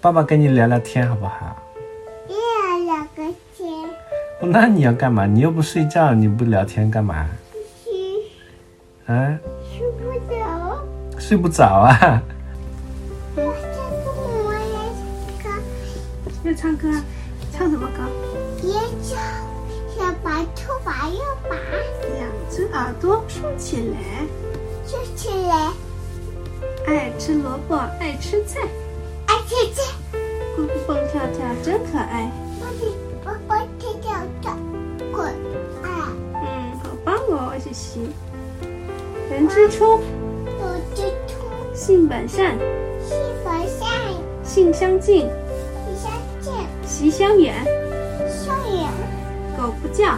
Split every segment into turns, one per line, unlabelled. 爸爸跟你聊聊天好不好？
也聊个天，
那你要干嘛？你又不睡觉，你不聊天干嘛？
去
啊，
去不了。
睡不着啊？
我这个我也唱
要唱歌，啊唱什么歌？
歌，也唱小白兔玩一把，
两只耳朵竖起来，
就起来，
爱吃萝卜爱吃菜，
而且这
蹦蹦跳跳真可爱。
我的我我听到的滚啊，
嗯，好棒哦，西西。人之初，
有只兔
性本善，
是佛像，
性相近，
你相见
习相远。
上 眼，
狗不叫，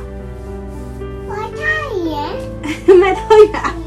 我太远，
麦当远。